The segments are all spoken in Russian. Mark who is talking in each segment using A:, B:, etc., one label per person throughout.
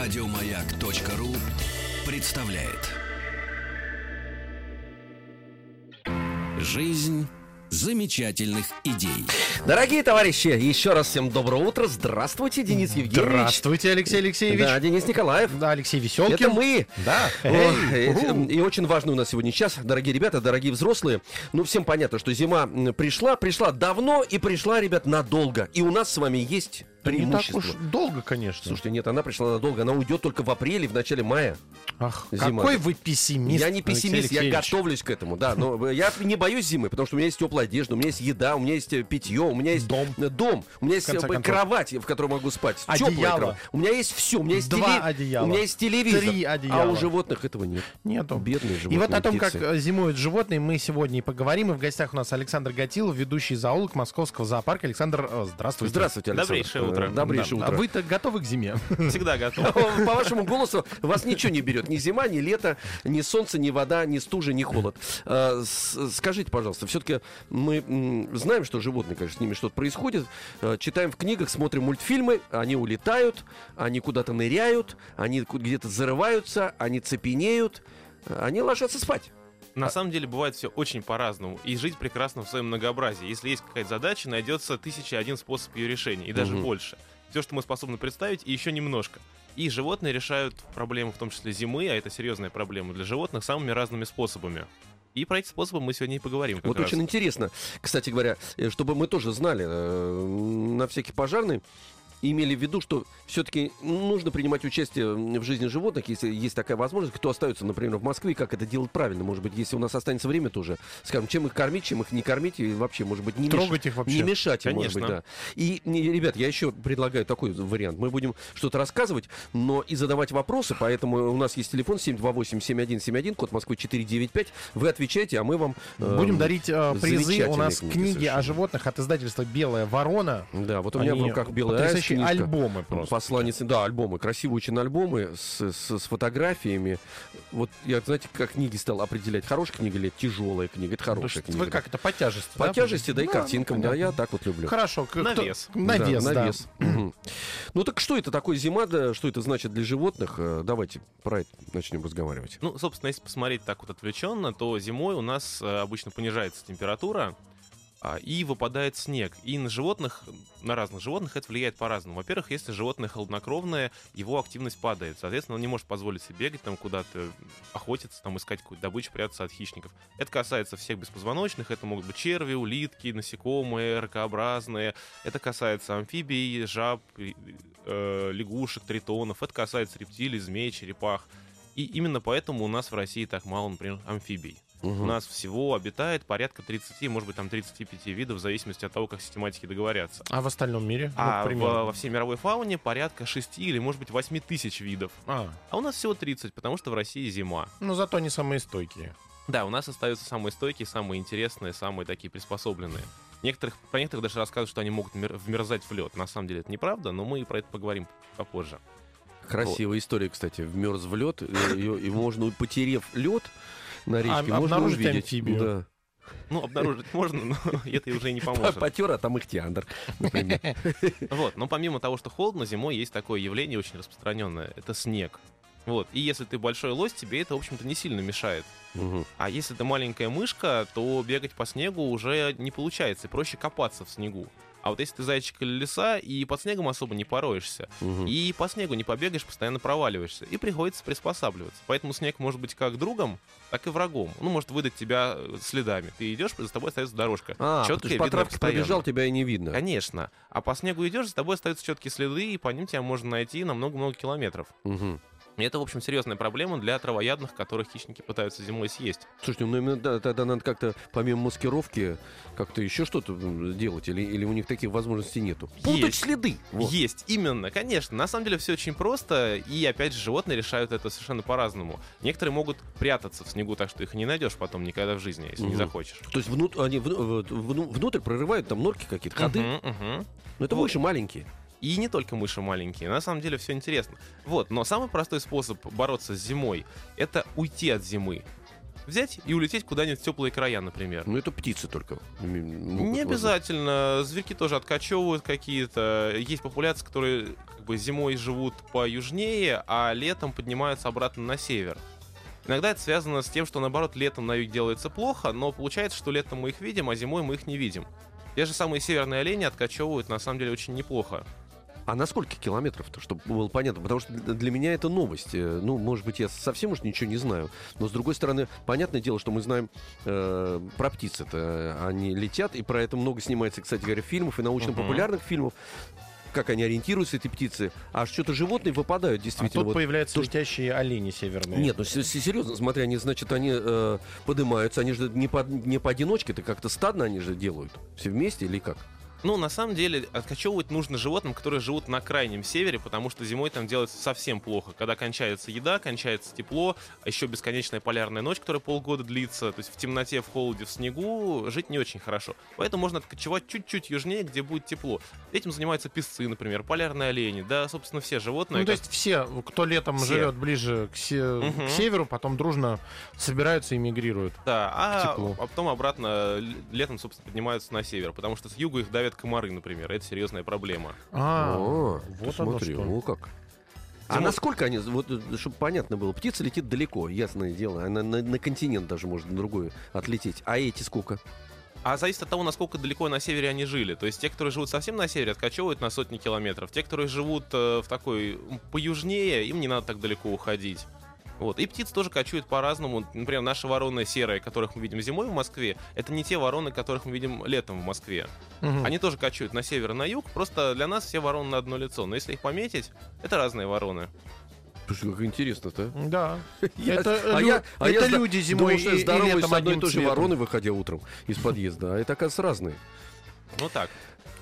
A: Радиомаяк.ру представляет. Жизнь замечательных идей.
B: Дорогие товарищи, еще раз всем доброе утро. Здравствуйте, Денис Евгеньевич.
C: Здравствуйте, Алексей Алексеевич.
B: Да, Денис Николаев.
C: Да, Алексей Веселкин.
B: Это мы.
C: Да.
B: Ой,
C: Эй,
B: э, э,
C: уху.
B: И очень важный у нас сегодня час. Дорогие ребята, дорогие взрослые. Ну, всем понятно, что зима м, пришла. Пришла давно и пришла, ребят, надолго. И у нас с вами есть
C: Не так
B: преимущество.
C: уж долго, конечно.
B: Слушайте, нет, она пришла надолго. Она уйдет только в апреле, в начале мая.
C: Ах,
B: зима.
C: какой вы пессимист.
B: я не
C: Алексей
B: пессимист, я
C: Алексеевич.
B: готовлюсь к этому, да. Но э, я не боюсь зимы, потому что у меня есть теплая одежда, у меня есть еда, у меня есть э, питье, у меня есть
C: Дом.
B: э, дом у меня есть
C: конце
B: э, б-
C: концов.
B: кровать, в которой могу спать. Теплая
C: Одеяло.
B: кровать. У меня есть все, у меня есть
C: Два
B: теле-
C: одеяла.
B: у меня есть телевизор.
C: Три одеяла.
B: А у животных этого нет.
C: Нету.
B: Бедные
C: И
B: животные.
C: вот о том,
B: птицы.
C: как э, зимуют животные, мы сегодня и поговорим. И в гостях у нас Александр Гатилов, ведущий зоолог Московского зоопарка. Александр, э, здравствуйте.
B: Здравствуйте, Александр.
D: Добрейшее утро.
B: Э, Добрейшее
C: Да.
B: утро.
C: А вы-то готовы к зиме?
D: Всегда готов.
B: По вашему голосу вас ничего не берет. Ни зима, ни лето, ни солнце, ни вода, ни стужа, ни холод. Э, с- Скажите, пожалуйста, все-таки мы м, знаем, что животные, конечно, с ними что-то происходит. Э, Читаем в книгах, смотрим мультфильмы, они улетают, они куда-то ныряют, они ку- где-то зарываются, они цепенеют, э, они ложатся спать.
D: На самом деле бывает все очень по-разному. И жить прекрасно в своем многообразии. Если есть какая-то задача, найдется тысяча и один способ ее решения, и даже
B: Мгм.
D: больше. Все, что мы способны представить, и еще немножко. И животные решают проблемы, в том числе зимы, а это серьезная проблема для животных, самыми разными способами. И про эти способы мы сегодня и поговорим. как
B: Вот
D: раз.
B: очень интересно, кстати говоря, э, чтобы мы тоже знали э, на всякий пожарный, имели в виду, что все-таки нужно принимать участие в жизни животных, если есть такая возможность, кто остается, например, в Москве, и как это делать правильно, может быть, если у нас останется время тоже, скажем, чем их кормить, чем их не кормить, и вообще, может быть, не мешать.
C: Трогать их вообще.
B: Не мешать, им, может быть,
D: Конечно.
B: да. И, не, ребят, я еще предлагаю такой вариант. Мы будем что-то рассказывать, но и задавать вопросы, поэтому у нас есть телефон 728-7171, код Москвы 495. Вы отвечаете, а мы вам... э,
C: Будем дарить э, призы. У
B: замечательные
C: нас
B: книги
C: книги
B: совершенно.
C: о животных от издательства «Белая ворона».
B: Да, вот у меня
C: Они
B: в руках белая айс
C: потрясающие
B: книжка.
C: альбомы просто.
B: Посланец, да, альбомы, красивые очень альбомы с, с- с фотографиями. Вот я, знаете, как книги стал определять, хорошая книга или тяжелая книга, это
C: Потому
B: хорошая
C: что
B: книга.
C: Вы как это, по тяжести?
B: По тяжести, да и
C: Ну,
B: картинкам, да, я так вот люблю.
C: Хорошо. к-
D: На
C: кто-
D: вес.
C: На
B: Да,
C: вес,
B: на
C: да.
B: вес. Мгм. Ну так что это такое зима, да, что это значит для животных? Э, Давайте про это начнем разговаривать.
D: Ну, собственно, если посмотреть так вот отвлеченно, то зимой у нас э, обычно понижается температура а, и выпадает снег. И на животных, на разных животных это влияет по-разному. Во-первых, если животное холоднокровное, его активность падает. Соответственно, он не может позволить себе бегать там куда-то, охотиться, там искать какую-то добычу, прятаться от хищников. Это касается всех беспозвоночных. Это могут быть черви, улитки, насекомые, ракообразные. Это касается амфибий, жаб, и, э, лягушек, тритонов. Это касается рептилий, змей, черепах. И именно поэтому у нас в России так мало, например, амфибий. У нас всего обитает порядка 30, может быть, там 35 видов, в зависимости от того, как систематики договорятся.
C: А в остальном мире?
D: А
C: ну, к
D: в-
C: примеру?
D: во всей мировой фауне порядка 6 или, может быть, 8 тысяч видов.
C: А,
D: А у нас всего 30, потому что в России зима.
C: ну зато они самые стойкие. А
D: Да, у нас остаются самые стойкие, самые интересные, самые такие приспособленные. Некоторых, про некоторых даже рассказывают, что они могут мер- вмерзать в лед. На самом деле это неправда, но мы и про это поговорим попозже.
B: Красивая история, кстати. Вмерз в лед, и, и- и можно, потерев лед на
C: А,
B: речке, можно
C: обнаружить
B: увидеть.
C: амфибию.
B: Да.
D: Ну, обнаружить можно, но это уже не поможет.
B: Потер, а там их теандр, например.
D: Вот, но помимо того, что холодно, зимой есть такое явление очень распространенное. Это снег. Вот, и если ты большой лось, тебе это, в общем-то, не сильно мешает.
B: Мгм.
D: А если ты маленькая мышка, то бегать по снегу уже не получается, и проще копаться в снегу. А вот если ты зайчик или лиса, и под снегом особо не пороешься,
B: Мгм.
D: и по снегу не побегаешь, постоянно проваливаешься, и приходится приспосабливаться. Поэтому снег может быть как другом, так и врагом. Ну, может выдать тебя э, следами. Ты идешь, за тобой остается дорожка.
B: А, потому
D: Чёткая,
B: что по
D: видно
B: травке
D: постоянно.
B: пробежал, тебя и не видно.
D: Конечно. А по снегу идешь, за тобой остаются четкие следы, и по ним тебя можно найти на много-много километров.
B: Мгм.
D: И это, в общем, серьезная проблема для травоядных, которых хищники пытаются зимой съесть.
B: Слушайте, ну именно да, тогда надо как-то помимо маскировки как-то еще что-то м, делать, или, или у них таких возможностей нету. Путать
D: Есть.
B: следы. Вот.
D: Есть, именно, конечно. На самом деле все очень просто, и опять же, животные решают это совершенно по-разному. Некоторые могут прятаться в снегу, так что их и не найдешь потом никогда в жизни, если не
B: Мгм.
D: захочешь.
B: То есть вну- они вну- вну- внутрь прорывают там норки какие-то, ходы.
D: Мгм, мгм.
B: Но это
D: Вот.
B: мыши маленькие.
D: И не только мыши маленькие, на самом деле все интересно. Вот, но самый простой способ бороться с зимой — это уйти от зимы. взять и улететь куда-нибудь в теплые края, например.
B: Ну, это птицы только. м, могут
D: Не
B: возможно.
D: обязательно. Зверьки тоже откачевывают какие-то. Есть популяции, которые как бы зимой живут поюжнее, а летом поднимаются обратно на север. Иногда это связано с тем, что наоборот летом на юг делается плохо, но получается, что летом мы их видим, а зимой мы их не видим. Те же самые северные олени откачевывают на самом деле очень неплохо.
B: А на сколько километров-то, чтобы было понятно? Потому что для меня это новость. Э, Ну, может быть, я совсем уж ничего не знаю. Но, с другой стороны, понятное дело, что мы знаем э, про птиц-то. Они летят, и про это много снимается, кстати говоря, фильмов и научно-популярных фильмов. Как они ориентируются, эти птицы. А что-то животные выпадают,
C: А
B: действительно.
C: тут
B: вот.
C: появляются
B: то, что-
C: летящие олени северные.
B: Нет, ну се- се- серьезно, смотри, они, значит, они э, поднимаются, они же не, по, не поодиночке, это как-то стадно они же делают. Все вместе или как?
D: Ну, на самом деле, откачевывать нужно животным, которые живут на крайнем севере, потому что зимой там делается совсем плохо. Когда кончается еда, кончается тепло, а еще бесконечная полярная ночь, которая полгода длится, то есть в темноте, в холоде, в снегу жить не очень хорошо. Поэтому можно откачевать чуть-чуть южнее, где будет тепло. Этим занимаются песцы, например, полярные олени, да, собственно, все животные.
C: Ну, то есть все, кто летом
D: Все.
C: живет ближе к, се-
D: Мгм.
C: к северу, потом дружно собираются и мигрируют.
D: Да, а,
C: теплу.
D: а потом обратно л- летом, собственно, поднимаются на север, потому что с юга их давят комары, например, это серьезная проблема.
C: А,
B: О,
C: вот
B: ты
C: оно
B: смотри,
C: что.
B: о как. А
D: Зимой-
B: насколько они, вот, чтобы понятно было, птица летит далеко, ясное дело, она на, на континент даже может на другой отлететь. А эти сколько?
D: А зависит от того, насколько далеко на севере они жили. То есть те, которые живут совсем на севере, откачивают на сотни километров. Те, которые живут э, в такой м, поюжнее, им не надо так далеко уходить. Вот. И птицы тоже кочуют по-разному. Например, наши вороны серые, которых мы видим зимой в Москве, это не те вороны, которых мы видим летом в Москве.
C: мгм.
D: Они тоже кочуют на север и на юг, просто для нас все вороны на одно лицо. Но если их пометить, это разные вороны.
B: Слушай, как интересно-то.
C: Да.
B: Я-
C: Это,
B: а
C: лю-
B: я- а я
C: это
B: зна-
C: люди
B: Думал,
C: зимой
B: что
C: и-
B: я
C: и,
B: здороваюсь
C: летом
B: с одной и
C: одним
B: той же
C: цветом.
B: вороной, выходя утром из подъезда, а это, оказывается, разные.
D: Ну так.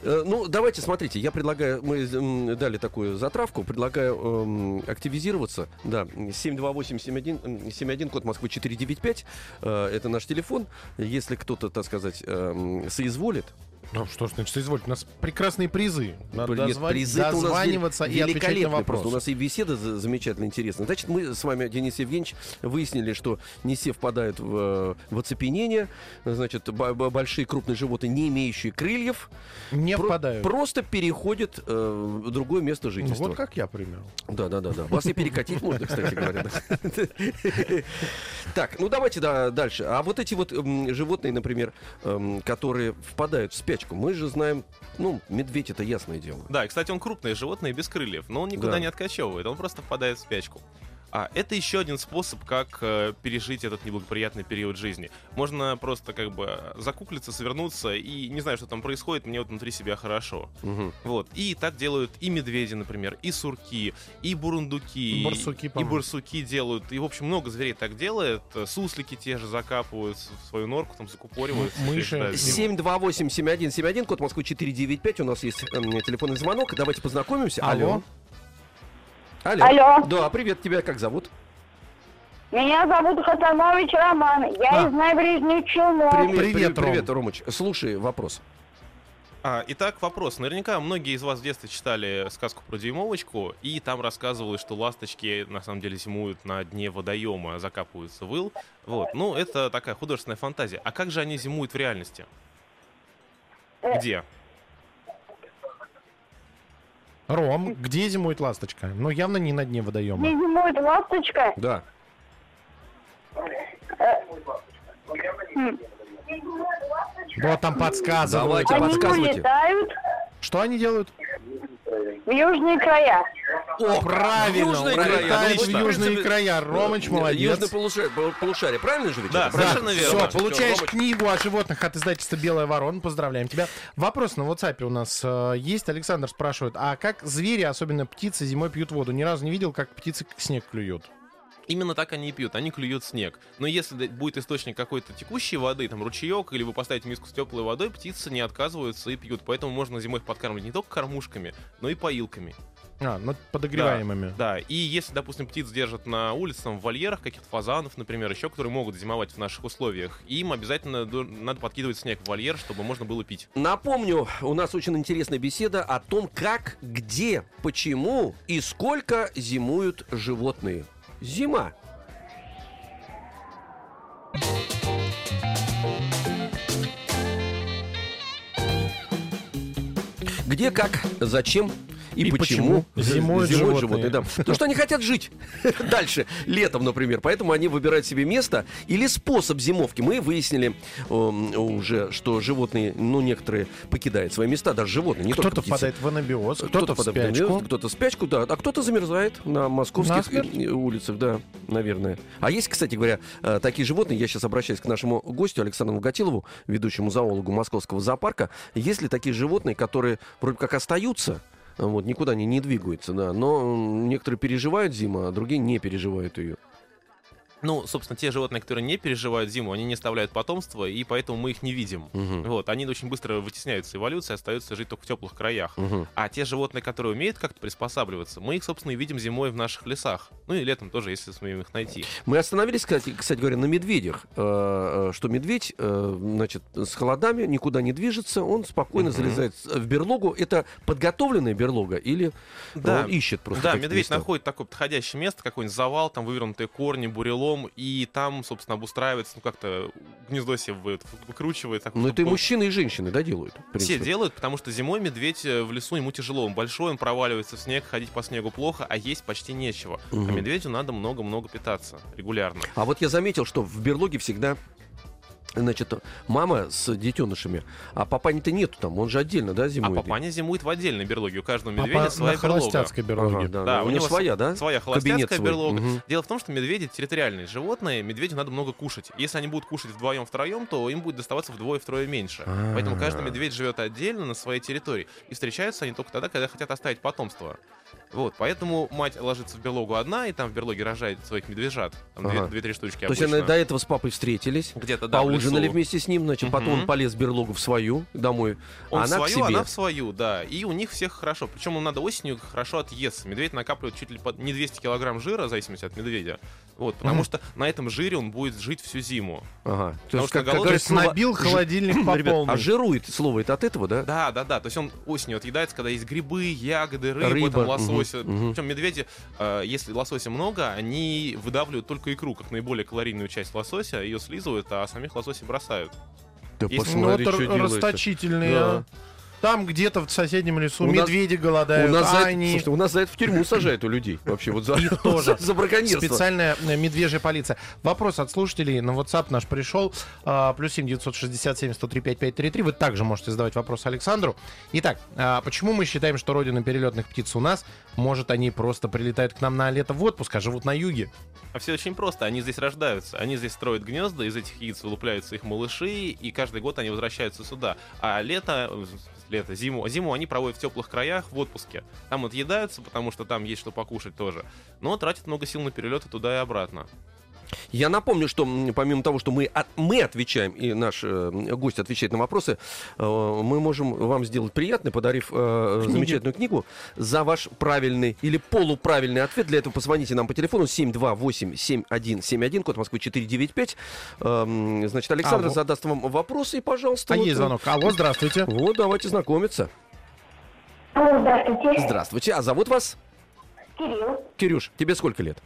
B: Э, Ну, давайте, смотрите, я предлагаю, мы э, м, дали такую затравку, предлагаю эм, активизироваться, да, 728-71, код Москвы 495, э, это наш телефон, если кто-то, так сказать, эм, соизволит,
C: Ну что ж, значит, извольте, у нас прекрасные призы. Надо
B: Нет,
C: дозва-
B: призы-то у нас
C: дозваниваться
B: ве-
C: и отвечать на
B: великолепные Просто у
C: вопросы.
B: нас и беседа за- замечательно интересная. Значит, мы с вами, Денис Евгеньевич, выяснили, что не все впадают в, э, в оцепенение. Значит, бо- бо- большие крупные животные, не имеющие крыльев,
C: Не
B: про-
C: впадают.
B: просто переходят э, в другое место
C: Ну,
B: жительства.
C: вот как я примерно.
B: Да, да, да, да. Вас и перекатить можно, кстати говоря. да. Так, ну давайте да, дальше. А вот эти вот м, животные, например, эм, которые впадают в спячку, мы же знаем, ну, медведь это ясное дело.
D: Да, и, кстати, он крупное животное без крыльев, но он никуда
B: Да.
D: не откачевывает, он просто впадает в спячку. А это еще один способ, как э, пережить этот неблагоприятный период жизни. Можно просто как бы закуклиться, свернуться и не знаю, что там происходит, мне вот внутри себя хорошо.
B: Мгм.
D: Вот. И так делают и медведи, например, и сурки, и бурундуки.
C: И барсуки,
D: и
C: по-моему.
D: барсуки делают. И, в общем, много зверей так делает. Э, Суслики те же закапывают в свою норку, там закупоривают.
C: М- мыши.
D: Да,
B: 728-7171, код Москвы 495. У нас есть эм, телефонный звонок. Давайте познакомимся.
C: Алло.
B: Алло.
E: Алло.
B: Да, привет, тебя как зовут?
E: Меня зовут Хасанович Роман. Я
C: А.
E: из набережных Челнов.
C: Привет,
B: при-
C: Ром.
B: привет, Ромыч. Слушай, вопрос.
D: А, итак, вопрос. Наверняка многие из вас в детстве читали сказку про дюймовочку, и там рассказывалось, что ласточки на самом деле зимуют на дне водоема, закапываются в ил. Вот. Ну, это такая художественная фантазия. А как же они зимуют в реальности? Где?
C: Ром, где зимует ласточка? Ну, явно не на дне
E: Не
B: Ну,
C: водоема.
E: зимует ласточка.
B: Да.
E: М.
C: Вот там подсказывают.
B: ну, Давайте.
E: Они
B: подсказывайте.
E: улетают
C: Что они делают?
E: в южные края.
B: О,
C: Правильно,
B: южные края,
C: улетают в
B: отлично.
C: южные края. Ромыч, молодец.
B: Южное полушарие, полушарие, правильно же ведь?
D: Да,
B: это?
D: да. Совершенно верно.
C: Все, получаешь
B: Всё, Ромыч.
C: книгу о животных от издательства «Белая ворона». Поздравляем тебя. Вопрос на WhatsApp у нас э, есть. Александр спрашивает, а как звери, особенно птицы, зимой пьют воду? Ни разу не видел, как птицы снег клюют.
D: Именно так они и пьют, они клюют снег. Но если д- будет источник какой-то текущей воды, там ручеек, или вы поставите миску с теплой водой, птицы не отказываются и пьют. Поэтому можно зимой их подкармливать не только кормушками, но и поилками.
C: А, ну подогреваемыми.
D: Да, и если, допустим, птиц держат на улице, там, в вольерах, каких-то фазанов, например, еще, которые могут зимовать в наших условиях, им обязательно ду- надо подкидывать снег в вольер, чтобы можно было пить.
B: Напомню, у нас очень интересная беседа о том, как, где, почему и сколько зимуют животные. Зима. где, как, зачем и,
C: И
B: почему,
C: почему зимуют
B: зимуют
C: животные.
B: да. Потому что они хотят жить дальше, летом, например. Поэтому они выбирают себе место или способ зимовки. Мы выяснили эм, уже, что животные, ну, некоторые покидают свои места, даже животные, не
C: Кто-то
B: только птицы.
C: впадает в анабиоз, кто-то
B: Кто-то
C: в
B: подавляет,
C: спячку.
B: кто-то в спячку, да, а кто-то замерзает на московских
C: Насмерть?
B: э, улицах, да, наверное. А есть, кстати говоря, э, такие животные, я сейчас обращаюсь к нашему гостю Александру Гатилову, ведущему зоологу московского зоопарка, есть ли такие животные, которые вроде как остаются, э, вот, никуда они не двигаются, да, но м, некоторые переживают зиму, а другие не переживают ее.
D: Ну, собственно, те животные, которые не переживают зиму, они не оставляют потомство, и поэтому мы их не видим. Вот, они очень быстро вытесняются эволюцией, остаются жить только в теплых краях.
B: Мгм.
D: А те животные, которые умеют как-то приспосабливаться, мы их, собственно, и видим зимой в наших лесах. Ну и летом тоже, если сумеем их найти.
B: Мы остановились, кстати, кстати говоря, на медведях, э, э, что медведь, э, значит, с холодами никуда не движется, он спокойно залезает с- в берлогу. Это подготовленная берлога или
D: Да.
B: он ищет просто?
D: да,
B: какие-то
D: медведь
B: места?
D: находит такое подходящее место, какой-нибудь завал, там вывернутые корни, бурелом, и там, собственно, обустраивается, ну как-то гнездо себе вы- выкручивает. такой,
B: Ну это и
D: чтобы-
B: мужчины и женщины, да, делают? в
D: Все
B: принципе?
D: делают, потому что зимой медведь э, в лесу ему тяжело, он большой, он проваливается в снег, ходить по снегу плохо, а есть почти нечего.
B: Мгм.
D: А медведю надо много-много питаться регулярно.
B: А вот я заметил, что в берлоге всегда значит, мама с детенышами, а папани-то нету там, он же отдельно, да,
D: А
B: зимой?
D: папаня зимует в отдельной берлоге, у каждого медведя
C: Папа на
D: своя берлога.
C: холостяцкой
B: Ага,
C: берлоге.
B: да, ну,
D: Да,
B: у, него своя, да?
D: Своя
B: Кабинет
D: холостяцкая
B: свой.
D: берлога.
B: Мгм.
D: Дело в том, что медведи территориальные животные, медведю надо много кушать. Если они будут кушать вдвоем, втроем, то им будет доставаться вдвое-втрое меньше.
B: А.
D: Поэтому каждый медведь живет отдельно на своей территории. И встречаются они только тогда, когда хотят оставить потомство. Вот, поэтому мать ложится в берлогу одна, и там в берлоге рожает своих медвежат. Там две-
B: Ага.
D: две-три штучки
B: То есть
D: обычно.
B: они до этого с папой встретились,
D: Где-то, да, в
B: поужинали
D: лесу.
B: вместе с ним, значит, потом
D: Мгм.
B: он полез в берлогу в свою, домой,
D: Он
B: а
D: в
B: она
D: свою,
B: к себе.
D: она в свою, да. И у них всех хорошо. Причем им надо осенью хорошо отъесться. Медведь накапливает чуть ли под не 200 килограмм жира, в зависимости от медведя. Вот, потому что на этом жире он будет жить всю зиму.
B: Ага. То
D: Потому
B: есть,
D: что
B: как, как
D: голодный
C: То
B: говорят,
C: есть
B: слово-
C: набил
B: ж-
C: холодильник по
B: ребят, а
C: полной.
B: жирует слово это от этого, да?
D: Да, да, да. То есть он осенью отъедается, когда есть грибы, ягоды, рыба,
B: Рыба,
D: там
B: мгм,
D: лосося.
B: мгм.
D: Причем медведи, э, если лосося много, они выдавливают только икру, как наиболее калорийную часть лося, ее слизывают, а самих лососей бросают.
B: Да
D: Если-
C: Ну,
B: посмотри,
C: вот
B: что
C: р-
B: делается.
C: расточительные.
B: Да.
C: Там где-то в соседнем лесу
B: У нас-
C: медведи голодают,
B: У нас,
C: а
B: за это,
C: они...
B: слушайте, у нас за это в тюрьму сажают у людей вообще. Вот за,
C: Их тоже.
B: за браконьерство.
C: Специальная э, медвежья полиция. Вопрос от слушателей на WhatsApp наш пришел. А, Плюс семь девятьсот шестьдесят семь сто три пять пять три три. Вы также можете задавать вопрос Александру. Итак, а почему мы считаем, что родина перелетных птиц у нас? Может, они просто прилетают к нам на лето в отпуск, а живут на юге?
D: А все очень просто. Они здесь рождаются. Они здесь строят гнезда, из этих яиц вылупляются их малыши, и каждый год они возвращаются сюда. А лето, э, лето, зиму, зиму они проводят в теплых краях, в отпуске. Там отъедаются, потому что там есть что покушать тоже. Но тратят много сил на перелеты туда и обратно.
B: Я напомню, что м, помимо того, что мы, от- мы отвечаем, и наш э, м, гость отвечает на вопросы, э, мы можем вам сделать приятно, подарив э, замечательную книгу за ваш правильный или полуправильный ответ. Для этого позвоните нам по телефону 728-7171, код Москвы 495. Эм, значит, Александр
C: А, во-
B: задаст вам вопросы, и, пожалуйста.
C: А
B: вот, э,
C: есть звонок. Алло, здравствуйте.
B: Вот, давайте знакомиться.
E: Алло, здравствуйте.
B: Здравствуйте, а зовут вас?
E: Кирилл,
B: Кирюш, тебе сколько лет?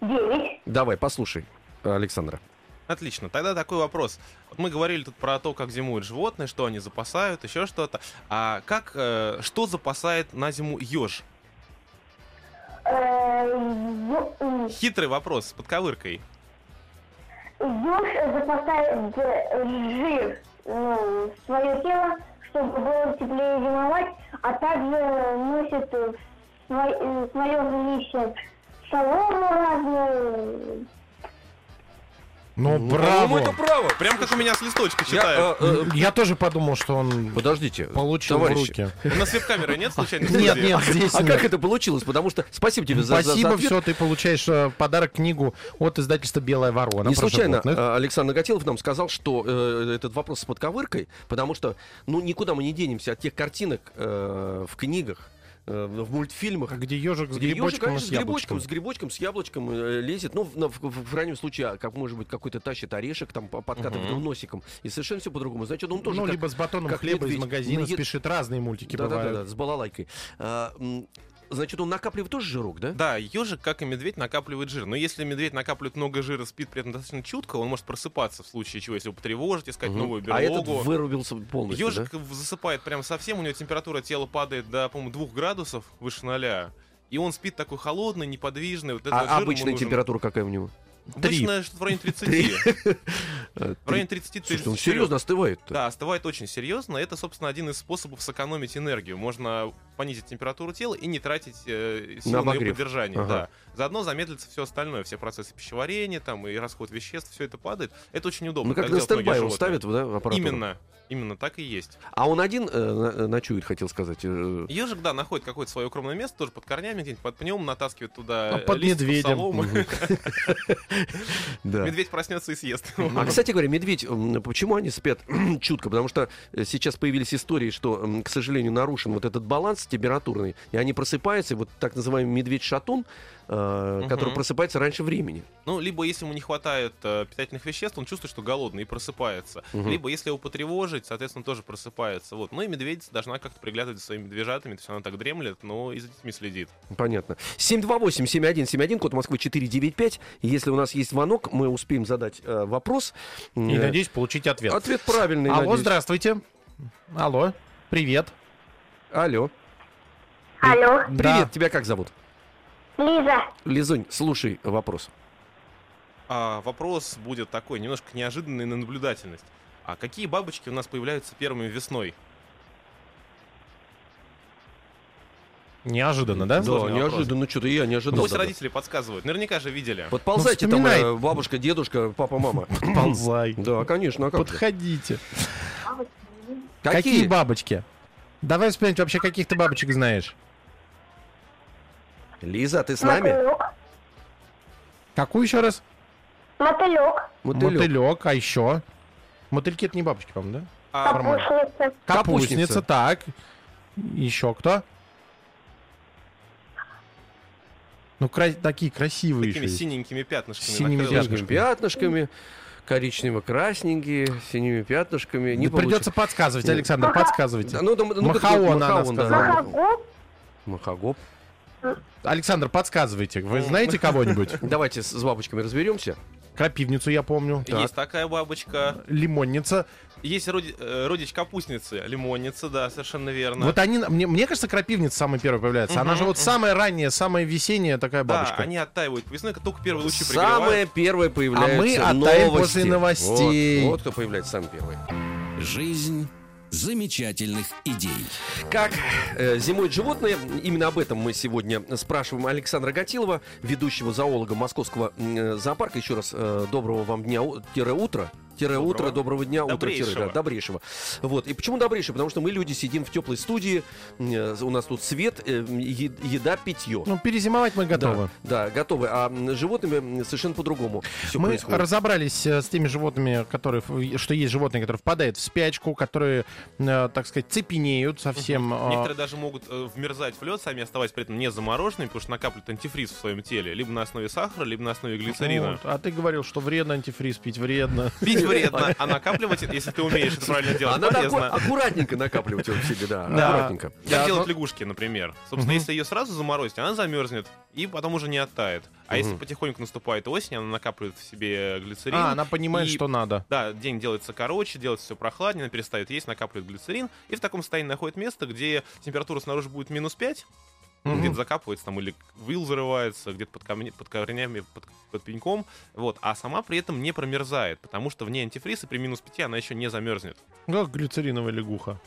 E: 9.
B: Давай, послушай, Александра.
D: Отлично. Тогда такой вопрос. Вот мы говорили тут про то, как зимуют животные, что они запасают, еще что-то. А как, э, что запасает на зиму еж?
E: Э, ё- м,
D: Хитрый вопрос с подковыркой.
E: Еж запасает э, жир ну, в свое тело, чтобы было теплее зимовать, а также носит э, в сво- э, в свое жилище шалому разную.
C: Ну,
B: По-моему,
C: браво.
B: это право.
D: Прям как у меня с листочка
B: Я,
D: читают.
B: э, э,
C: Я тоже подумал, что он
B: Подождите,
C: получил в
B: товарищи.
C: руки.
D: У нас веб-камеры нет случайно? в
C: Нет,
D: студии?
C: нет, здесь
B: А
C: нет.
B: как это получилось? Потому что спасибо тебе за, за- за
C: Спасибо,
B: ответ.
C: все, ты получаешь э, в подарок книгу от издательства «Белая ворона».
B: Не
C: про
B: случайно
C: животных.
B: э, Александр Гатилов нам сказал, что э, этот вопрос с подковыркой, потому что ну никуда мы не денемся от тех картинок э, в книгах, э, в мультфильмах.
C: А Где ежик с
B: где ёжик,
C: грибочком и
B: конечно,
C: с
B: с грибочком,
C: яблочком.
B: с грибочком, с яблочком э, лезет. Ну, в, на- в- в крайнем случае, а, как может быть, какой-то тащит орешек, там по- подкатывает его носиком. И совершенно все по-другому. Значит, он тоже
C: ну,
B: как-
C: либо с батоном
B: как
C: хлеба из
B: медведь
C: магазина
B: наед-
C: спешит. Разные мультики
B: Да, да, да,
C: бывают.
B: да, с балалайкой. А, м, значит, он накапливает тоже жирок, да?
D: Да, ежик, как и медведь, накапливает жир. Но если медведь накапливает много жира, спит при этом достаточно чутко, он может просыпаться в случае чего, если его потревожить, искать
B: Мгм.
D: новую
B: А этот
D: берлогу.
B: вырубился полностью,
D: Ежик в- засыпает прям совсем, у него температура тела падает до, по-моему, двух градусов выше ноля. И он спит такой холодный, неподвижный. Вот
B: да?
D: этот жир
B: А
D: ему
B: обычная
D: нужен.
B: температура какая у него?
D: Обычно что-то в районе 30.
B: Три. Э,
D: В районе 30
B: Слушай, он серьезно остывает
D: Да, остывает очень серьезно. Это, собственно, один из способов сэкономить энергию. Можно понизить температуру тела и не тратить э, сил
B: На
D: на, ее
B: обогрев.
D: поддержание.
B: Ага.
D: Да. Заодно замедлится все остальное, все процессы пищеварения там, и расход веществ, все это падает. Это очень удобно.
B: Ну, как на
D: делают многие
B: стендбай он
D: животные.
B: ставит, да, аппаратуру?
D: Именно. Именно так и есть.
B: А он один э, на- ночует, хотел сказать. э,
D: Ежик, да, находит какое-то свое укромное место, тоже под корнями, где-нибудь под пнем, натаскивает туда
C: А
D: э,
C: под
D: листьев,
C: медведем.
D: соломы.
B: Мгм. Да.
D: Медведь проснется и съест.
B: А, кстати говоря, медведь, м, почему они спят чутко? Потому что э, сейчас появились истории, что, м, к сожалению, нарушен вот этот баланс температурный, и они просыпаются, и вот так называемый медведь-шатун, э,
D: Мгм.
B: который просыпается раньше времени.
D: Ну, либо если ему не хватает э, питательных веществ, он чувствует, что голодный и просыпается.
B: Мгм.
D: Либо если его потревожить, соответственно, тоже просыпается. Вот. Ну и медведица должна как-то приглядывать за своими медвежатами, то есть она так дремлет, но и за детьми следит.
B: Понятно. 728-7171, код Москвы 495. Если у нас есть звонок, мы успеем задать э, вопрос.
C: И
B: Э,
C: надеюсь получить ответ.
B: Ответ правильный,
C: Алло,
B: надеюсь.
C: здравствуйте. Алло, привет.
B: Алло.
E: Алло,
B: Привет,
C: Да.
B: тебя как зовут?
E: Лиза,
B: Лизунь, слушай вопрос.
D: А, вопрос будет такой, немножко неожиданный на наблюдательность. А какие бабочки у нас появляются первыми весной?
C: Неожиданно, да?
D: Сложный вопрос.
B: неожиданно, что-то я не ожидал.
D: Пусть
B: даже.
D: родители подсказывают, наверняка же видели.
B: Подползайте
C: Ну,
B: там,
C: вспоминай.
B: э, бабушка, дедушка, папа, мама.
C: Ползай.
B: Да, конечно, а как же?
C: Подходите. Какие бабочки? Давай вспомнить вообще, каких ты бабочек знаешь.
B: Лиза, ты с нами?
E: мотылек,
C: Какую еще раз?
E: мотылек,
B: Мотылёк.
C: Мотылёк, а еще? Мотыльки это не бабочки, по-моему,
D: А,
C: Формат.
E: капустница,
C: да? Капустница,
B: Капустница.
C: так. Еще кто? Ну, кра- такие красивые
D: такими
C: еще есть.
D: синенькими пятнышками.
C: Синими
D: на крылышках.
B: Пятнышками, пятнышками, коричнево-красненькие, синими пятнышками. Не
C: Да придется подсказывать, Александр,
E: Маха-
C: подсказывайте.
B: получится. Да, ну, там, ну, как
C: Махаон,
B: вот
C: она
B: махаон, да.
C: сказала.
E: махагуб,
B: Махагоп.
C: Александр, подсказывайте. Вы
D: Ну.
C: знаете кого-нибудь?
B: Давайте с, с бабочками разберемся.
C: Крапивницу я помню.
D: Есть такая бабочка.
C: Лимонница.
D: Есть роди- э, родич капустницы, лимонница, да, совершенно верно.
C: Вот они, мне, мне кажется, крапивница самая первая появляется. Она
D: Мгм,
C: же вот самая ранняя, самая весенняя такая
D: Да,
C: бабочка.
D: они оттаивают по весной, как только первые лучи
B: Самое
D: пригревают.
B: первое появляется
C: А мы оттаем
B: новости.
C: после новостей.
B: Вот, вот кто появляется самый первый.
A: Жизнь замечательных идей.
B: Как э, зимуют животные? Именно об этом мы сегодня спрашиваем Александра Гатилова, ведущего зоолога Московского м, зоопарка. Еще раз э, доброго вам дня, у- тире утра. Тире
D: Доброго.
B: утро, доброго дня, утро, тире,
D: Добрейшего.
B: да, добрейшего. Вот. И почему добрейшего? Потому что мы люди сидим в теплой студии, м, у нас тут свет, э, м, е- еда, питье.
C: Ну, перезимовать мы готовы.
B: Да, да, готовы. А м, с животными м, совершенно по-другому все
C: Мы
B: происходит.
C: разобрались э, с теми животными, которые, в- что есть животные, которые впадают в спячку, которые, э, так сказать, цепенеют совсем. э,
D: Некоторые даже могут э, вмерзать в лед, сами оставаясь при этом не замороженными, потому что накапливают антифриз в своем теле, либо на основе сахара, либо на основе глицерина.
C: вот. А ты говорил, что вредно антифриз пить, вредно.
D: Пить вредно, а накапливать, если ты умеешь это правильно делать,
B: А надо
D: полезно.
B: акку- аккуратненько накапливать его в себе, да,
C: Да.
B: аккуратненько.
D: Как
C: Да,
D: делают
C: но-
D: лягушки, например. Собственно, если ее сразу заморозить, она замерзнет и потом уже не оттает. А если потихоньку наступает осень, она накапливает в себе глицерин.
C: А, она понимает,
D: и-
C: что надо.
D: Да, день делается короче, делается все прохладнее, она перестает есть, накапливает глицерин, и в таком состоянии находит место, где температура снаружи будет минус 5,
C: Мгм.
D: где-то закапывается там, или вил зарывается, где-то под, камне- под корнями, под, под пеньком, вот, а сама при этом не промерзает, потому что вне антифриза при минус 5 она еще не замерзнет.
C: Ну, Как глицериновая лягуха.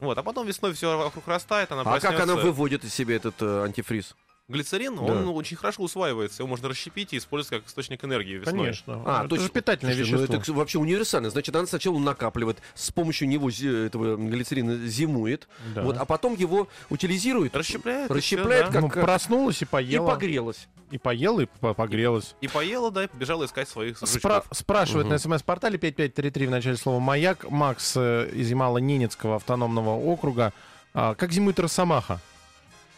D: Вот, а потом весной все вокруг растает, она
B: А как
D: проснется.
B: она выводит из себя этот э, антифриз?
D: Глицерин, он очень хорошо усваивается, его можно расщепить и использовать как источник энергии весной.
C: Конечно.
B: А,
C: это
B: то есть-
C: же питательное
B: Слушайте, ну
C: вещество.
B: это вообще универсально. Значит, она сначала накапливает, с помощью него зи- этого глицерина зимует,
C: Да.
B: вот, а потом его утилизирует
D: Расщепляет, и всё,
B: Расщепляет,
D: да.
B: как-
C: Ну, проснулась и поела.
B: и погрелась.
C: И поела, и по- погрелась.
D: И поела, да, и побежала искать своих
C: Спра-
D: жучков.
C: спрашивает
B: Мгм.
C: на смс-портале 5533 в начале слова «Маяк» Макс э, из Ямало-Ненецкого автономного округа. а, как зимует росомаха?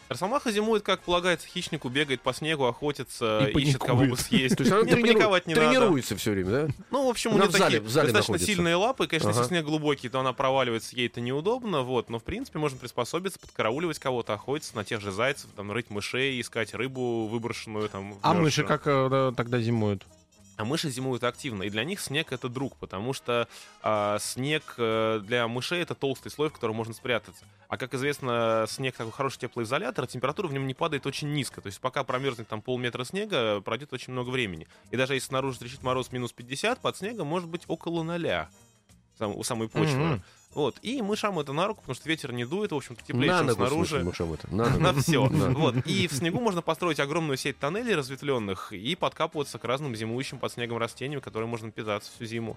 D: Росомаха зимует, как полагается, хищнику, бегает по снегу, охотится,
B: И
D: ищет кого бы
B: паникует.
D: съесть.
B: То есть она
D: Не,
B: тренирует-
D: паниковать не надо.
B: тренируется все время, да?
D: Ну, в общем, у
B: Она
D: нее
B: в зале-
D: такие
B: в зале
D: достаточно
B: находится.
D: сильные лапы. Конечно,
B: Ага.
D: если снег глубокий, то она проваливается, ей это неудобно, вот. Но, в принципе, можно приспособиться, подкарауливать кого-то, охотиться на тех же зайцев, там, рыть мышей, искать рыбу выброшенную, там.
C: А
D: вмерзшую.
C: мыши как э, да, тогда зимуют?
D: А мыши зимуют активно, и для них снег это друг, потому что а, снег э, для мышей это толстый слой, в котором можно спрятаться. А как известно, снег такой хороший теплоизолятор, а температура в нем не падает очень низко. То есть пока промерзнет там полметра снега, пройдет очень много времени. И даже если снаружи трещит мороз минус 50, под снегом может быть около ноля сам- у самой почвы.
C: Мгм.
D: Вот. И мышам это на руку, потому что ветер не дует, в общем-то теплее,
B: на
D: чем
B: ногу, в смысле,
D: снаружи
B: мышам это. На ногу.
D: на все.
B: Да.
D: Вот. И в снегу можно построить огромную сеть тоннелей разветвленных и подкапываться к разным зимующим под снегом растениям, которые можно питаться всю зиму.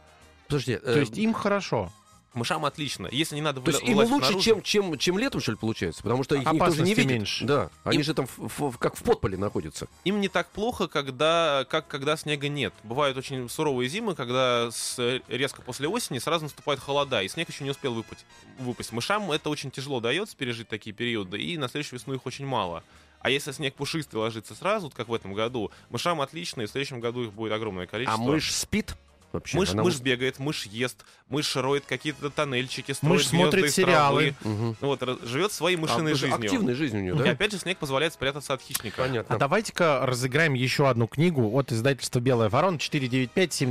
B: Подожди,
C: То есть им хорошо.
D: Мышам отлично. Если не надо
B: э, То есть
D: выла-
B: им
D: вылазить
B: лучше,
D: наружу-
B: чем, чем, чем летом, что ли, получается? Потому что их никто же
C: Опасности
B: не видит.
C: меньше.
B: Да, они же там в- в- как в подполе находятся.
D: Им не так плохо, когда, как когда снега нет. Бывают очень суровые зимы, когда с- резко после осени сразу наступают холода, и снег еще не успел выпасть. выпасть. Мышам это очень тяжело дается пережить такие периоды, и на следующую весну их очень мало. А если снег пушистый ложится сразу, вот как в этом году, мышам отлично, и в следующем году их будет огромное
B: А
D: количество.
B: мышь спит вообще?
D: Мышь,
B: Она
D: мышь
B: вот-
D: бегает, мышь ест, мышь роет какие-то тоннельчики, строит
C: Мышь смотрит
D: звезды из
C: сериалы.
D: травы.
B: Мгм.
D: ну Вот, раз- живет своей
B: А,
D: мышиной
B: потому что
D: жизнью.
B: Активная жизнь у нее,
D: И
B: да?
D: опять же, снег позволяет спрятаться от хищника.
C: А
B: Понятно.
C: давайте-ка разыграем еще одну книгу от издательства «Белая ворона»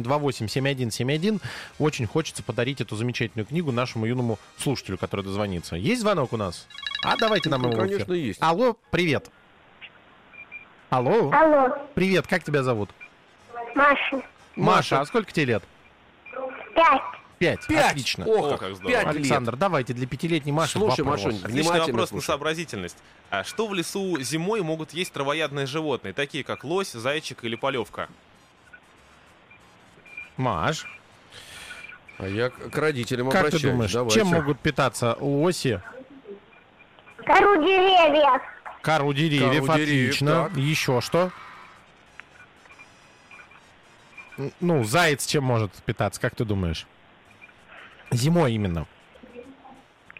C: 495-728-7171. Очень хочется подарить эту замечательную книгу нашему юному слушателю, который дозвонится. Есть звонок у нас? А давайте нам
B: Ну,
C: его в эфир.
B: конечно, есть.
C: Алло, привет. Алло,
E: Алло,
C: привет, как тебя зовут?
E: Маша,
C: Маша, а сколько тебе лет?
E: пять.
C: Пять.
B: Пять.
C: Отлично.
B: О,
D: О, как
B: как
D: здорово.
B: пять лет.
C: Александр, давайте для пятилетней Маши
B: Слушай,
C: вопрос.
B: Машунь,
D: Отличный
B: Внимательно
D: вопрос на
B: слушаю.
D: сообразительность. А что в лесу зимой могут есть травоядные животные, такие как лось, зайчик или полевка?
C: Маш,
B: А я к к родителям
C: как ты
B: обращаюсь.
C: думаешь,
B: Давайте.
C: чем могут питаться лоси,
E: Кору деревьев.
C: Кару деревьев,
B: Кару деревьев,
C: отлично.
B: так.
C: Еще что? Н- Ну, заяц чем может питаться, как ты думаешь? Зимой именно.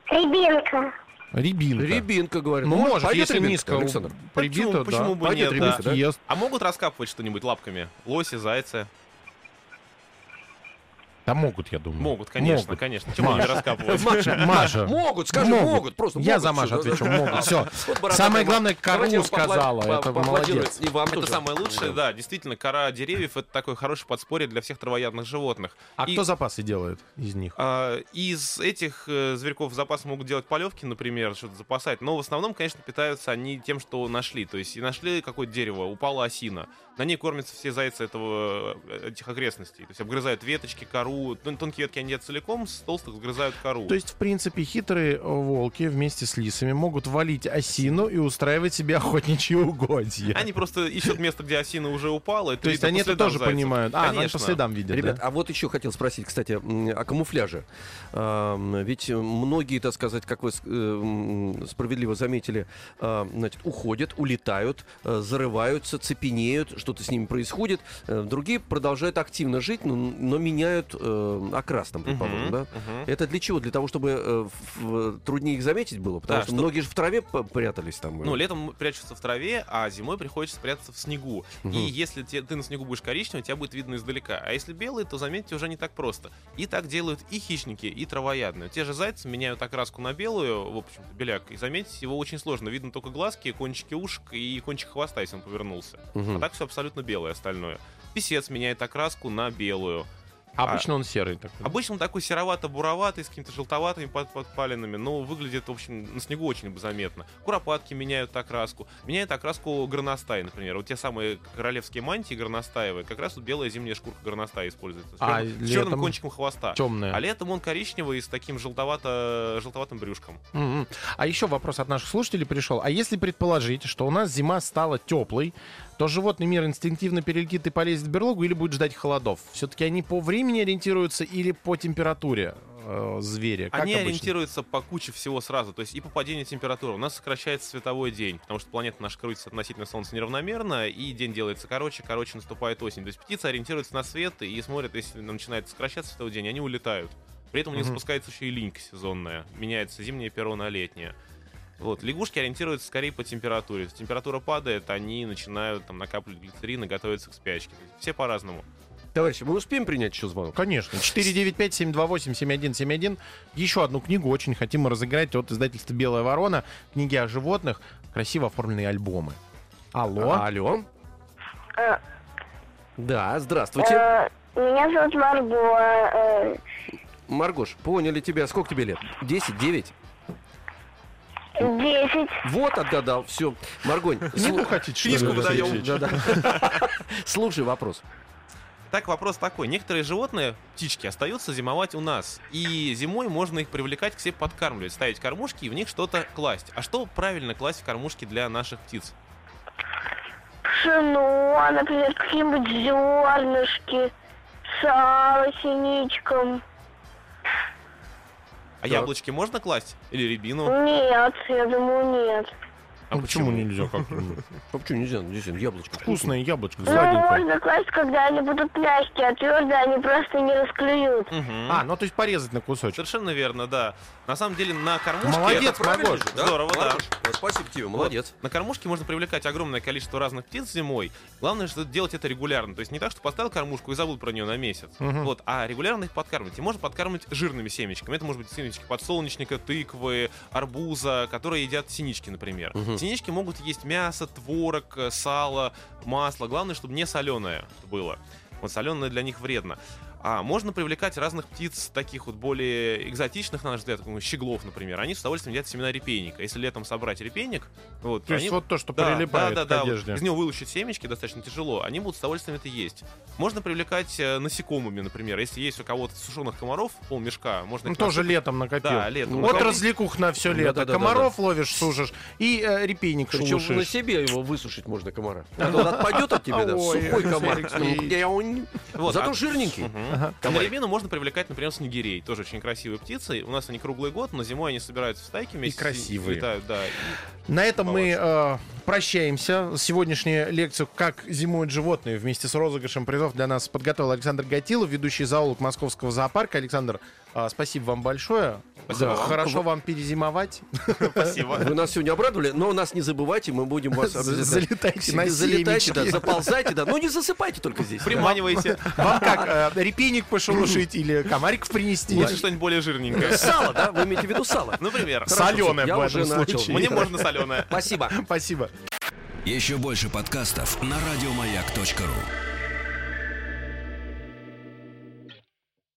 E: Рябинка.
C: Рябинка.
B: Рябинка, говорит.
C: Ну, может,
B: поет
C: если
B: рябинка,
C: низко
B: Александр.
C: прибито,
D: Почему-
C: да.
D: почему бы
C: Пойдет
D: нет,
C: рябинка,
B: да?
C: ест.
D: А могут раскапывать что-нибудь лапками? Лоси, зайцы?
C: Да могут, я думаю.
D: Могут, конечно,
C: Могут.
D: конечно. Чем они
C: Маша.
D: раскапывают?
C: Маша, Маша.
B: Могут, скажи, могут. Просто
C: Я
B: могут,
C: за Машу
B: всё, да.
C: отвечу, могут. Все.
B: Вот борода такая,
C: Самое главное,
B: давайте
C: кору
B: я вам поапла-
C: сказала.
B: по-
C: Это
B: поаплодирую.
C: молодец.
B: И вам
D: Это
B: тоже.
D: самое лучшее, да. Действительно, кора деревьев это такое хорошее подспорье для всех травоядных животных.
C: А
D: И-
C: кто запасы делает из них?
D: А, Из этих э, зверьков запас могут делать полевки, например, что-то запасать. Но в основном, конечно, питаются они тем, что нашли. То есть и нашли какое-то дерево, упала осина. На ней кормятся все зайцы этого, э, этих окрестностей. То есть обгрызают веточки, кору. Тон- Тонкие ветки они едят целиком, с толстых сгрызают кору.
C: То есть, в принципе, хитрые э, волки вместе с лисами могут валить осину и устраивать себе охотничьи угодья.
D: Они просто ищут место, где осина уже упала. и
C: То есть
D: видно
C: они
D: по
C: это
D: следам
C: тоже
D: зайцев.
C: понимают. А, ну они по
D: Конечно.
C: следам видят,
B: Ребят,
C: да?
B: а вот еще хотел спросить, кстати, м, о камуфляже. Ам, Ведь многие, так сказать, как вы с- э, м, справедливо заметили, а, значит, уходят, улетают, э, зарываются, цепенеют, что-то с ними происходит. Э, Другие продолжают активно жить, но, но меняют э, окрас, там, предположим,
D: Мгм,
B: да?
D: мгм.
B: Это для чего? Для того, чтобы э, в- в- труднее их заметить было? Потому
D: Да,
B: что
D: чтоб-
B: многие же в траве п- прятались там. э.
D: Ну, летом прячутся в траве, а зимой приходится прятаться в снегу.
B: Мгм.
D: И если те- ты на снегу будешь коричневый, тебя будет видно издалека. А если белый, то заметьте, уже не так просто. И так делают и хищники, и травоядные. Те же зайцы меняют окраску на белую, в общем-то, беляк, и заметить его очень сложно. Видно только глазки, кончики ушек и кончик хвоста, если он повернулся.
B: Мгм.
D: А так все абсолютно белое остальное. Песец меняет окраску на белую. а-
C: Обычно он серый такой.
D: Обычно он такой серовато-буроватый, с какими-то желтоватыми под- подпалинами, но выглядит, в общем, на снегу очень заметно. Куропатки меняют окраску. Меняет окраску горностай, например. Вот те самые королевские мантии горностаевые, как раз вот белая зимняя шкурка горностая используется. С,
C: А
D: черным, с
C: летом?
D: черным кончиком хвоста.
C: Темный.
D: А летом он коричневый с таким желтовато желтоватым брюшком.
C: Мгм. А еще вопрос от наших слушателей пришел. А если предположить, что у нас зима стала теплой, то животный мир инстинктивно перелетит и полезет в берлогу или будет ждать холодов? Все-таки они по времени ориентируются или по температуре э, зверя? Как
D: Они
C: обычно?
D: ориентируются по куче всего сразу, то есть и попадение температуры. У нас сокращается световой день, потому что планета наша крутится относительно Солнца неравномерно, и день делается короче, короче наступает осень. То есть птицы ориентируются на свет и смотрят, если начинает сокращаться световой день, они улетают. При этом у них
C: Мгм.
D: запускается еще и линька сезонная, меняется зимнее перо на летнее. Вот, лягушки ориентируются скорее по температуре. Если температура падает, они начинают там накапливать глицерин и готовятся к спячке. То есть Все по-разному.
B: Товарищи, мы успеем принять еще звонок?
C: Конечно. 495-728-7171. Еще одну книгу очень хотим разыграть от издательства «Белая ворона». Книги о животных. Красиво оформленные альбомы. Алло.
B: Алло.
E: Э,
B: Да, здравствуйте.
E: э, Меня зовут Марго. э,
B: Маргош, поняли тебя. Сколько тебе лет? 10, 9?
E: Десять.
B: Вот отгадал. Все. Маргонь,
C: Книгу
B: слу-
C: хотите, что ли,
D: Книжку
C: Алексей Алексеевич?
D: выдаем.
B: Да-да. Слушай вопрос.
D: Так, вопрос такой. Некоторые животные, птички, остаются зимовать у нас. И зимой можно их привлекать к себе подкармливать, ставить кормушки и в них что-то класть. А что правильно класть в кормушки для наших птиц?
E: Пшено, например, какие-нибудь зернышки, сало, синичком.
D: А яблочки можно класть? Или
E: Э.
D: рябину?
E: Нет, я думаю, нет.
D: А
C: Ну, почему нельзя? Как?
B: А почему нельзя? Ну, Здесь яблочко.
C: Вкусное яблочко,
E: Ну,
C: сладенькое.
E: можно класть, когда они будут мягкие, а твердые они просто не расклюют.
D: Мгм.
C: А, ну то есть порезать на кусочек.
D: Совершенно верно, да. На самом деле на кормушке...
C: Молодец, Маргош.
D: Здорово, да.
B: Маргош, Спасибо тебе, молодец.
D: Вот. На кормушке можно привлекать огромное количество разных птиц зимой. Главное, что делать это регулярно. То есть не так, что поставил кормушку и забыл про нее на месяц.
C: Мгм.
D: Вот, а регулярно их подкармливать. И можно подкармливать жирными семечками. Это может быть семечки подсолнечника, тыквы, арбуза, которые едят синички, например.
B: Мгм.
D: Синички могут есть мясо, творог, э, сало, масло. Главное, чтобы не соленое было. Вот соленое для них вредно. А можно привлекать разных птиц, таких вот более экзотичных, на наш взгляд, ну, щеглов, например. Они с удовольствием едят семена репейника. Если летом собрать репейник, вот,
C: То есть
D: они-
C: вот то, что
D: да, да,
C: прилипает
D: да,
C: к
D: да.
C: одежде.
D: Из него вылучить семечки достаточно тяжело. Они будут с удовольствием это есть. Можно привлекать э, насекомыми, например. Если есть у кого-то сушеных комаров, пол мешка, можно
C: Ну,
D: их
C: тоже
D: насыпать.
C: летом накопил.
D: Да, летом.
C: Вот
D: Накопил.
C: развлекух на все
B: Да,
C: лето.
B: да, да, да,
C: Комаров ловишь, сушишь, и э, репейник
B: Причем на
C: шелушишь.
B: себе его высушить можно комара. А то он отпадет от тебя, да,
C: Ой,
B: сухой комар.
C: Алексей Алексеевич.
B: Мяунь.
D: Вот,
B: Зато
D: а-
B: жирненький.
D: Мгм. На рябину можно привлекать, например, снегирей. Тоже очень красивые птицы. У нас они круглый год, но зимой они собираются в стайки вместе.
C: красивые.
D: летают, да. И-
C: На этом мы э, прощаемся. Сегодняшнюю лекцию «Как зимуют животные» вместе с розыгрышем призов для нас подготовил Александр Гатилов, ведущий зоолог Московского зоопарка. Александр, э, спасибо вам большое.
D: Спасибо вам.
C: Хорошо вам перезимовать.
D: Спасибо.
B: Вы нас сегодня обрадовали, но нас не забывайте, мы будем вас
C: За-
B: обязательно-
C: залетайте на
B: Залетайте, да,
C: семечки.
B: заползайте, да. Ну не засыпайте только здесь.
D: Приманивайте.
C: Вам как, э, репейник пошелушить или комариков принести?
D: Лучше что-нибудь более жирненькое.
B: Сало, да? Вы имеете в виду сало?
D: Например.
C: Соленое
B: я
C: в
B: уже
C: этом
B: начал.
C: случае.
D: Мне можно соленое.
B: Спасибо.
C: Спасибо.
A: Еще больше подкастов на радиомаяк.ру.